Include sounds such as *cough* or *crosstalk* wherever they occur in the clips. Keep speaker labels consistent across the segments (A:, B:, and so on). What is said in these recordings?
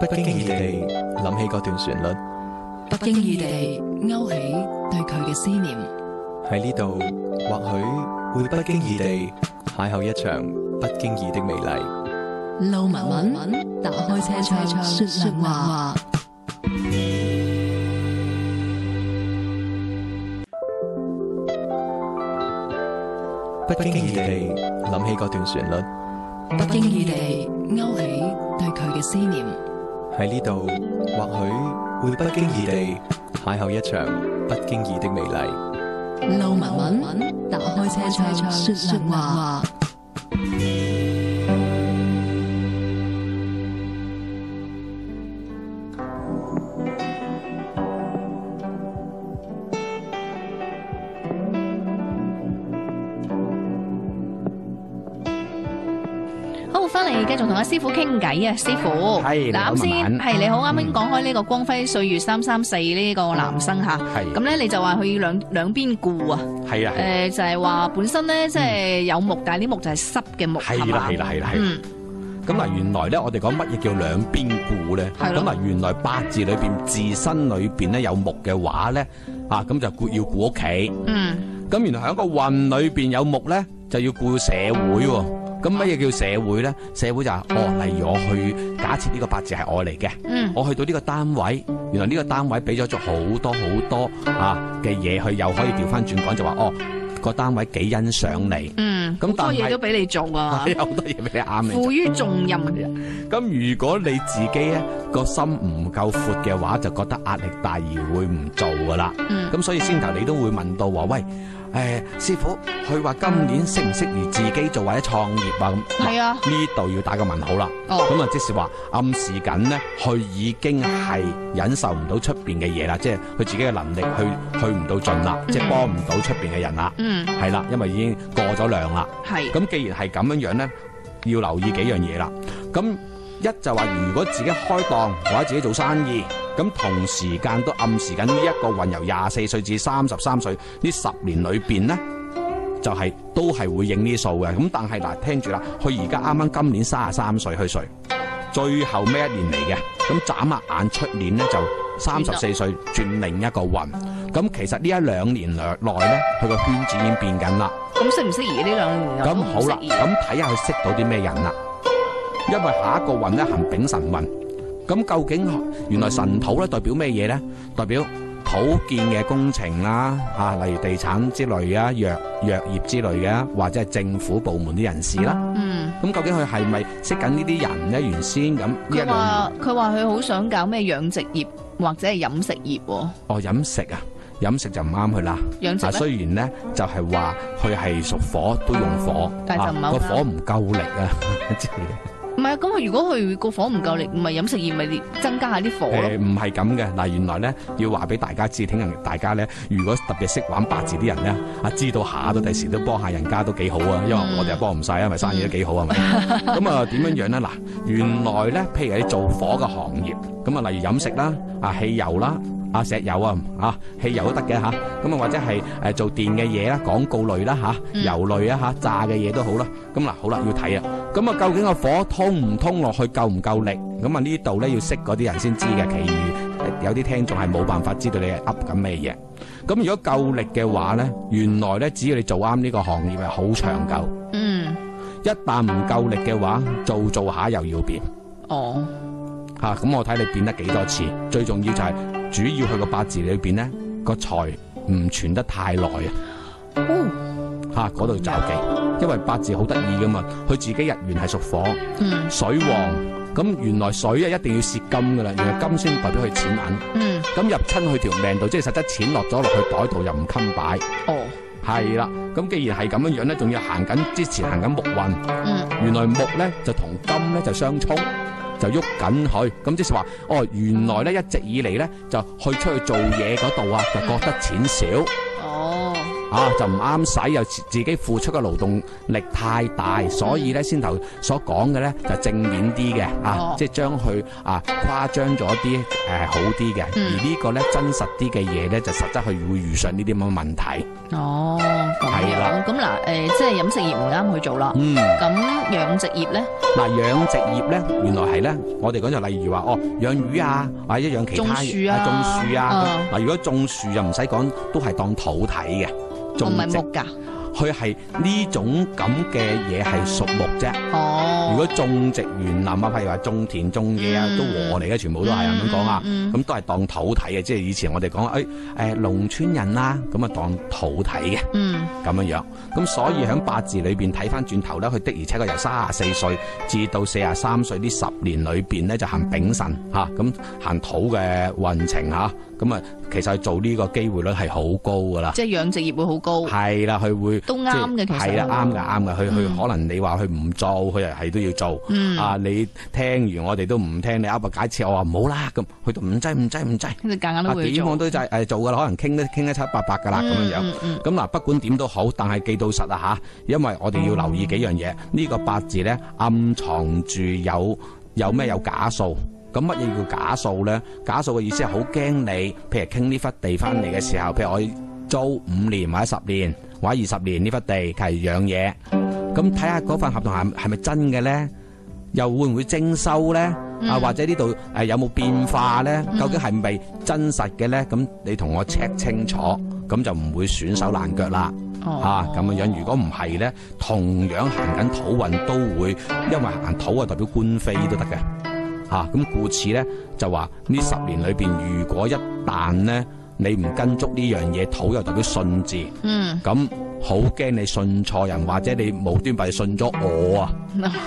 A: 不經意地諗起嗰段旋律，
B: 不經意地勾起對佢嘅思念。
A: 喺呢度或許會不經意地邂逅一場不經意的美麗。
B: 路文文打開車窗說亮話，
A: 不經意地諗起嗰段旋律，
B: 不經意地勾起對佢嘅思念。
A: 喺呢度或許會不經意地邂逅一場不經意的美麗。
B: 路文文打開車窗說亮話。
C: 好，翻嚟繼續同阿師傅傾偈啊，師傅。
D: 係你
C: 嗱，
D: 好
C: 啱先
D: 慢慢
C: 係你好，啱先講開呢個光輝歲月三三四呢個男生吓，
D: 係
C: 咁咧你就話佢兩兩邊顧啊，
D: 係啊，係啊
C: 誒就係話本身咧即係有木，但係啲木就係濕嘅木，係
D: 係啦，係？
C: 嘛
D: 啦，係啦，係啦。
C: 嗯，
D: 咁嗱，原來咧，我哋講乜嘢叫兩邊顧咧？
C: 係咯
D: 咁嗱，原來八字裏邊自身裏邊咧有木嘅話咧，啊，咁就顧要顧屋企。
C: 嗯，
D: 咁原來喺個運裏邊有木咧，就要顧社會喎。咁乜嘢叫社會咧？社會就係、哦，例如我去假設呢個八字係我嚟嘅，
C: 嗯，
D: 我去到呢個單位，原來呢個單位俾咗咗好多好多啊嘅嘢，佢又可以調翻轉講就話哦，個單位幾欣賞你。
C: 嗯，好
D: 咁但
C: 多
D: 係
C: 嘢都俾你做
D: *laughs*
C: 啊，
D: 有好多嘢俾你啱你做
C: 賦予重任，
D: 咁如果你自己咧個心唔夠闊嘅話，就覺得壓力大而會唔做噶啦。
C: 嗯，
D: 咁所以先頭你都會問到話，喂，誒、師傅，佢話今年適唔適宜自己做或者創業啊？咁
C: 係啊，
D: 嗱呢度要打個問號啦。
C: 哦，
D: 咁啊，即是話暗示緊咧，佢已經係忍受唔到出邊嘅嘢啦，即係佢自己嘅能力去去唔到盡啦，即係幫唔到出邊嘅人啦，
C: 嗯，
D: 係啦，因為已經過咗量啦。
C: 係，
D: 咁既然係咁樣樣咧，要留意幾樣嘢啦。咁一就話，如果自己開檔或者自己做生意，咁同時間都暗示緊呢一個運由廿四歲至三十三歲呢十年裏邊呢，就係、都係會應呢數嘅。咁但係嗱，聽住啦，佢而家啱啱今年三十三歲去歲，最後咩一年嚟嘅？咁眨下眼出年呢，就三十四歲轉另一個運。咁其實呢一兩年內呢，佢個圈子已經變緊啦。
C: 咁適唔適宜呢兩年啊
D: 咁好啦
C: 都唔適，宜
D: 咁睇下佢識到啲咩人啦。因為下一個運咧行丙辰運，咁究竟原來神土咧代表咩嘢咧？代表土建嘅工程啦，嚇、例如地產之類啊、藥藥業之類嘅啊，或者係政府部門啲人士啦。
C: 嗯。
D: 咁究竟佢係咪識緊呢啲人咧？原先咁呢一
C: 佢
D: 兩
C: 話
D: 年
C: 佢話佢好想搞咩養殖業或者係飲食業喎，
D: 哦飲食啊，飲食就唔啱佢啦。
C: 養
D: 啊，
C: 殖咧
D: 雖然咧就係話佢係屬火都用火，
C: 但係就唔係
D: 啊個
C: 好啱
D: 火唔夠力啊， *laughs* 即係。
C: 唔係咁佢如果佢個火唔夠力，唔係飲食業咪增加下啲火
D: 誒
C: 咯，
D: 呃唔係咁嘅，嗱原來咧要話俾大家知，聽人大家咧，如果特別識玩八字啲人咧，啊知道下都第時都幫下人家都幾好啊，因為我哋又幫唔晒啊，因為生意都幾好係咪？咁啊點樣樣咧？嗱，原來咧，譬如你做火嘅行業，咁啊例如飲食啦，啊汽油啦。啊石油啊，啊汽油都得嘅嚇，咁啊或者係誒做電嘅嘢啦、廣告類啦嚇、
C: 嗯
D: 油類啊嚇、炸嘅嘢都好啦，咁嗱好啦要睇啊，咁啊究竟個火通唔通落去夠唔夠力？咁啊呢度咧要識嗰啲人先知嘅，其餘誒有啲聽眾係冇辦法知道你係噏緊咩嘢。咁如果夠力嘅話咧，原來咧只要你做啱呢個行業係好長久，
C: 嗯，
D: 一旦唔夠力嘅話，做做下又要變。
C: 哦，
D: 吓，咁、我睇你變得幾多次，最重要就係主要佢個八字裏邊咧個財唔存得太耐啊，
C: 哦，
D: 吓嗰度就忌，因為八字好得意噶嘛，佢自己日元係屬火，
C: 嗯
D: 水旺，咁原來水啊一定要蝕金噶啦，原來金先代表佢錢銀，
C: 嗯，
D: 咁入親佢條命度，即係實質錢落咗落去袋度又唔襟擺，
C: 哦，
D: 係啦，咁既然係咁樣樣咧，仲要行緊之前行緊木運。
C: 嗯
D: 原來木咧就同金咧就相沖，就喐緊佢。咁即是話，哦，原來咧一直以嚟咧就去出去做嘢嗰度啊，就覺得錢少，
C: 哦，
D: 啊就唔啱使，又自自己付出嘅勞動力太大，所以咧先頭所講嘅咧就正面啲嘅啊
C: 哦，
D: 即係將佢啊誇張咗啲誒好啲嘅，而
C: 嗯
D: 呢個咧真實啲嘅嘢咧就實質係會遇上呢啲咁嘅問題。
C: 哦，咁
D: 係啦
C: 樣。咁嗱，诶，即係飲食業唔啱去做啦。
D: 嗯。
C: 咁養殖業咧，
D: 嗱，養殖業咧，原來係咧，我哋嗰就例如話哦，養魚啊，或者養其他嘢
C: 種樹啊
D: 種樹啊
C: 啊。
D: 咁嗱，如果種樹就唔使講，都係當土體嘅。
C: 哦唔
D: 種
C: 係
D: 植
C: 木㗎。
D: 佢係呢種咁嘅嘢係屬木啫。
C: 哦。
D: 如果種植園林啊，譬如話種田種嘢啊，
C: 嗯
D: 都和嚟嘅，全部都係
C: 嗯
D: 咁樣講啊。
C: 嗯嗯
D: 咁都係當土體嘅，即係以前我哋講誒誒農村人啦，咁啊當土體嘅。
C: 嗯，
D: 咁樣樣。咁所以喺八字裏邊睇翻轉頭咧，佢的而且確由三十四歲至到四十三歲呢十年裏邊咧，就行丙辰嚇，咁、行土嘅運程嚇，咁啊其實佢做呢個機會率係好高噶啦。
C: 即係養殖業會好高。
D: 係啦，佢會
C: 都啱嘅
D: 即係
C: 其實
D: 係啦，啱嘅，啱嘅。佢
C: 嗯
D: 佢可能你話佢唔做，佢又係都要做。
C: 嗯。
D: 啊，你聽完我哋都唔聽，你噏個假設，我話唔好啦，咁佢都唔制唔制唔制，
C: 跟住夾硬
D: 啊
C: 都會
D: 點
C: 做。
D: 講都就係誒做噶啦，可能傾得傾得七八八噶啦咁樣樣。
C: 嗯嗯
D: 咁嗱，不管點都好，但係記到實啊吓，因為我哋要留意幾樣嘢。呢、個八字咧暗藏住有有咩有假數。咁乜嘢叫假數咧？假數嘅意思係好驚你，譬如傾呢忽地翻嚟嘅時候，譬如我租五年或者十年或者二十年呢忽地係養嘢，咁睇下嗰份合同係係咪真嘅咧？又會唔會徵收咧？
C: 嗯
D: 啊，或者呢度誒有冇變化咧？究竟係咪真實嘅咧？咁你同我 check 清楚，咁就唔會損手爛腳啦。
C: 嗯
D: 啊，
C: 哦
D: 咁樣樣，如果唔係咧，同樣行緊土運都會，因為行土啊代表官非都得嘅，啊，咁故此咧就話呢十年裏邊，如果一旦咧你唔跟足呢樣嘢，土又代表信字，
C: 嗯，
D: 咁好驚你信錯人，或者你無端白信咗我
C: *laughs*
D: 啊，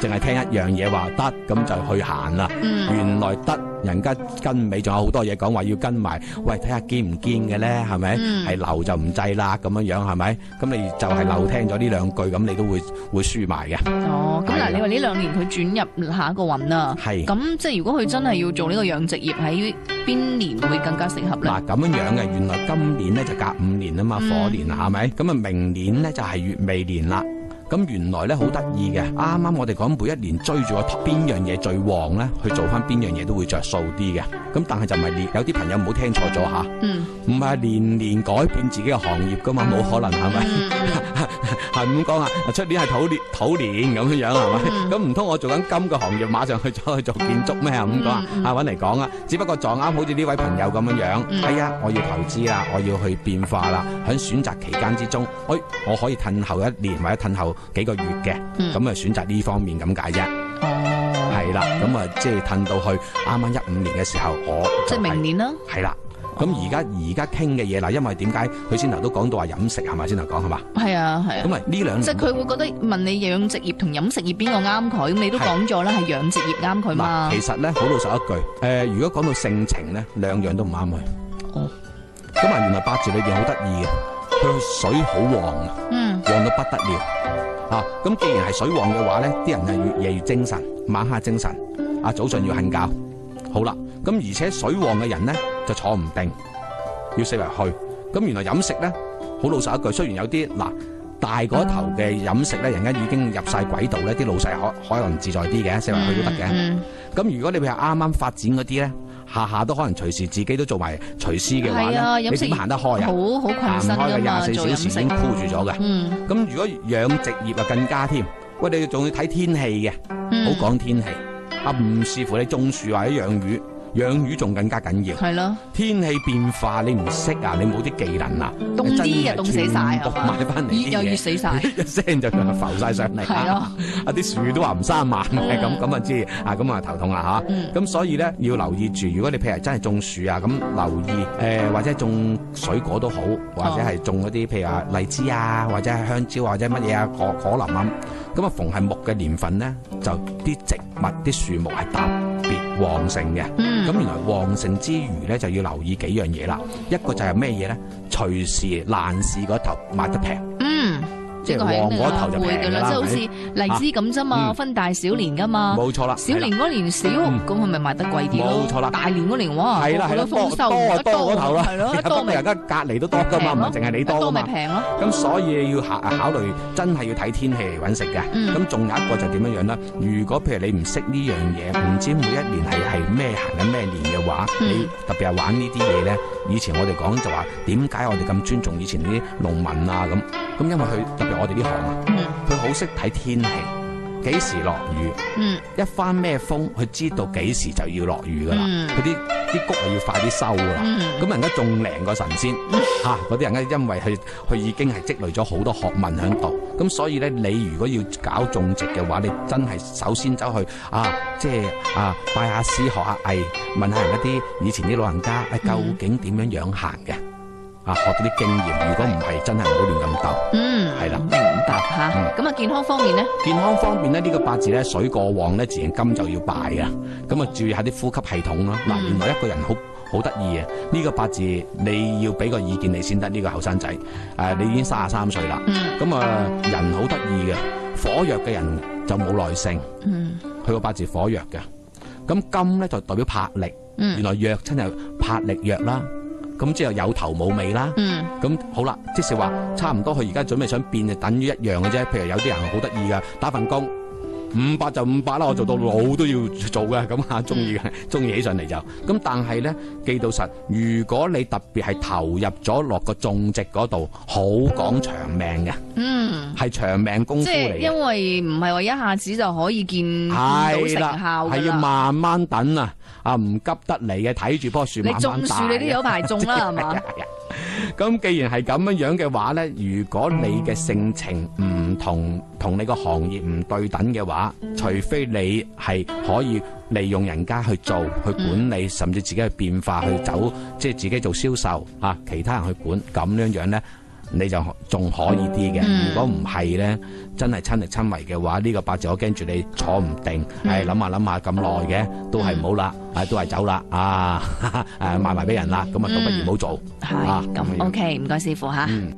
D: 淨係聽一樣嘢話得，咁就去行啦。
C: 嗯，
D: 原來得人家跟尾仲有好多嘢講話要跟埋，喂睇下堅唔堅嘅咧，係咪？
C: 嗯
D: 係流就唔制啦，咁樣樣係咪？咁你就係漏聽咗呢兩句，咁你都會會輸埋嘅，
C: 哦，咁
D: 係啦
C: 嗱，你話呢兩年佢轉入下一個運啦，
D: 係。
C: 咁即係如果佢真係要做呢個養殖業，喺邊年會更加適合咧？
D: 嗱咁樣樣嘅，原來今年咧就隔五年啊嘛，
C: 嗯
D: 火年啦，係咪？咁啊，明年咧就係月未年啦。咁原來咧好得意嘅，啱啱我哋講每一年追住個邊樣嘢最旺咧，去做翻邊樣嘢都會着數啲嘅。咁但係就唔係年，有啲朋友唔好聽錯咗吓，
C: 嗯，
D: 唔係年年改變自己嘅行業噶嘛，冇可能係咪？
C: 嗯
D: 係咁講啊，出年係土年土年咁樣樣係
C: 嗯
D: 咪？咁唔通我做緊金嘅行業，馬上去咗去做建築咩？咁講啊
C: 嗯，嗯
D: 啊揾嚟講啊，只不過撞啱好似呢位朋友咁樣樣，
C: 嗯
D: 哎呀，我要投資啦，我要去變化啦，喺選擇期間之中，哎，我可以褪後一年或者褪後幾個月嘅，
C: 嗯
D: 咁啊選擇呢方面咁解啫，
C: 哦，
D: 係啦，咁啊即係褪到去啱啱一五年嘅時候，我
C: 即
D: 就
C: 係
D: 係
C: 明年啦，
D: 係啦。咁而家而家傾嘅嘢嗱，因為點解佢先頭都講到話飲食係咪先頭講係嘛？
C: 係啊，係
D: 咁
C: 啊。
D: 咪呢兩年
C: 即係佢會覺得問你養殖業同飲食業邊個啱佢，咁你都
D: 係
C: 講咗啦，係養殖業啱佢嘛
D: 嗱，其。實咧好老實一句，誒、如果講到性情咧，兩樣都唔啱佢。
C: 哦，
D: 咁啊，原來八字裏邊好得意嘅，佢水好旺啊，
C: 嗯
D: 旺到不得了啊！咁既然係水旺嘅話咧，啲人係越夜越精神，晚黑精神，啊早上要瞓覺。好啦，咁而且水旺嘅人咧就坐唔定，要四圍去。咁原來飲食咧，好老實一句，雖然有啲嗱。大嗰頭嘅飲食咧，人家已經入晒軌道咧，啲老細可可能自在啲嘅，四圍去都得嘅。
C: 嗯
D: 咁如果你譬如啱啱發展嗰啲咧，下下都可能隨時自己都做埋廚師嘅話
C: 係啊
D: 咧，你
C: 飲食
D: 點行得開啊？
C: 好好困
D: 行
C: 身
D: 唔開
C: 噶
D: 嘅廿
C: 嘛，
D: 四
C: 做
D: 小
C: 飲
D: 時已經箍
C: 食。
D: 住咗嘅。
C: 嗯
D: 咁如果養殖業啊更加添，喂你仲要睇天氣嘅，
C: 嗯，
D: 好講天氣啊，唔視乎你種樹或者養魚，養魚仲更加緊要。
C: 係咯，
D: 天氣變化你唔識啊，你冇啲技能啊，
C: 凍啲嘅
D: 真係
C: 凍死
D: 全
C: 晒
D: 部
C: 係嘛
D: 買翻嚟
C: 熱又
D: 啲
C: 熱
D: 嘢，
C: 死晒。
D: 一聲就浮晒上 *laughs* 嚟。
C: 係嗯咯，
D: 啊啲樹都話唔生猛嘅，咁咁啊知啊咁啊頭痛啦嚇。
C: 嗯
D: 咁、所以咧要留意住，如果你譬如真係種樹啊，咁留意誒、或者種水果都好，或者係種嗰啲譬如話荔枝啊，或者係香蕉啊或者乜嘢啊果果林啊，咁啊逢係木嘅年份咧，就啲植物啲樹木係特別旺盛嘅。咁啊
C: 嗯，
D: 原來旺盛之餘咧，就要留意幾樣嘢啦。一個就係咩嘢咧？隨時爛市嗰頭買得平。
C: 嗯，
D: 即
C: 呢
D: 係
C: 個係
D: 旺
C: 一定
D: 嗰頭就
C: 會㗎
D: 平
C: 啦，
D: 啦
C: 即係好似荔枝咁啫嘛，
D: 嗯
C: 分大小年㗎嘛。
D: 冇錯啦，
C: 哦小年嗰年少，
D: 嗯
C: 咁佢咪賣得貴啲咯。
D: 冇錯啦
C: 大年嗰年哇，
D: 係啦係
C: 個個
D: 啦，
C: 都哦
D: 多
C: 豐收，
D: 多
C: 一
D: 就多嗰頭啦，*laughs*
C: 係咯，一多
D: 多咪
C: 咪
D: 人家隔離都多噶嘛，
C: 平咯
D: 唔係淨係你多噶
C: 多咪
D: 嘛。
C: 平咯。
D: 咁所以要考考慮，真係要睇天氣嚟揾食嘅。
C: 嗯
D: 咁仲、有一個就點樣樣咧？如果譬如你唔識呢樣嘢，唔知每一年係係咩行緊咩年嘅話，
C: 嗯
D: 你特別係玩呢啲嘢咧，以前我哋講就話點解我哋咁尊重以前啲農民啊咁？咁因為佢特別我哋呢行啊，
C: 嗯
D: 佢好識睇天氣，幾時落雨，
C: 嗯
D: 一翻咩風，佢知道幾時就要落雨噶啦。
C: 嗯
D: 佢啲啲谷係要快啲收噶啦。
C: 嗯
D: 咁人家仲靈過神
C: *laughs*
D: 仙嚇，嗰啲、人家因為佢佢已經係積累咗好多學問喺度，咁所以咧，你如果要搞種植嘅話，你真係首先走去啊，即係啊拜下師學下藝，問下人一啲以前啲老人家誒究竟點樣樣行嘅，啊學到啲經驗。如果唔係，真係唔好亂咁鬥。
C: 嗯，
D: 係啦
C: 明白吓。
D: 嗯
C: 咁啊，健康方面咧，
D: 健康方面咧，呢、個八字咧水過旺咧，自然金就要敗啊。咁啊，注意下啲呼吸系統啦。嗱、
C: 嗯
D: 原來一個人好好得意嘅，啊呢、個八字你要俾個意見你先得。呢、個後生仔，誒、你已經三十三歲啦。
C: 嗯
D: 咁啊、人好得意嘅，火弱嘅人就冇耐性，
C: 嗯
D: 佢個八字火弱嘅。咁金咧就代表魄力，原
C: 嗯
D: 來弱親就魄力弱啦。咁之後有頭冇尾啦。
C: 嗯
D: 咁好啦，即是話差唔多，佢而家準備想變就等於一樣嘅啫。譬如有啲人好得意噶，打份工五百就五百
C: 嗯
D: 啦，我做到老都要做嘅，咁啊 *laughs* 中意嘅，中意起上嚟就咁。但係咧記到實，如果你特別係投入咗落個種植嗰度，好講長命嘅，
C: 嗯，
D: 係長命功
C: 即
D: 夫
C: 係
D: 嚟嘅。
C: 因為唔係話一下子就可以見見到成
D: 係
C: 效
D: 啦，
C: 㗎
D: 係要
C: 啦。
D: 慢慢等啊，啊唔急得嚟嘅，睇住棵樹
C: 你
D: 慢慢大
C: 種
D: 嘅
C: 樹
D: 啊
C: 你都有排種啦，係嘛？
D: *laughs* 咁既然係咁樣樣嘅話呢，如果你嘅性情唔同，同你個行業唔對等嘅話，除非你係可以利用人家去做、去管理，甚至自己去變化、去走，即係自己做銷售啊，其他人去管，咁樣樣呢，你就仲可以啲嘅。
C: 嗯
D: 如果唔係呢，真係親力親為嘅話，呢、個八字我驚住你坐唔定，係諗下諗下咁耐嘅，都係唔好啦，啊都係走啦， *laughs* 啊誒賣埋俾人啦，咁啊咁不如唔好做。
C: 係
D: *laughs* 啊咁
C: 咁
D: 樣
C: OK，唔該師傅吓。
D: 嗯，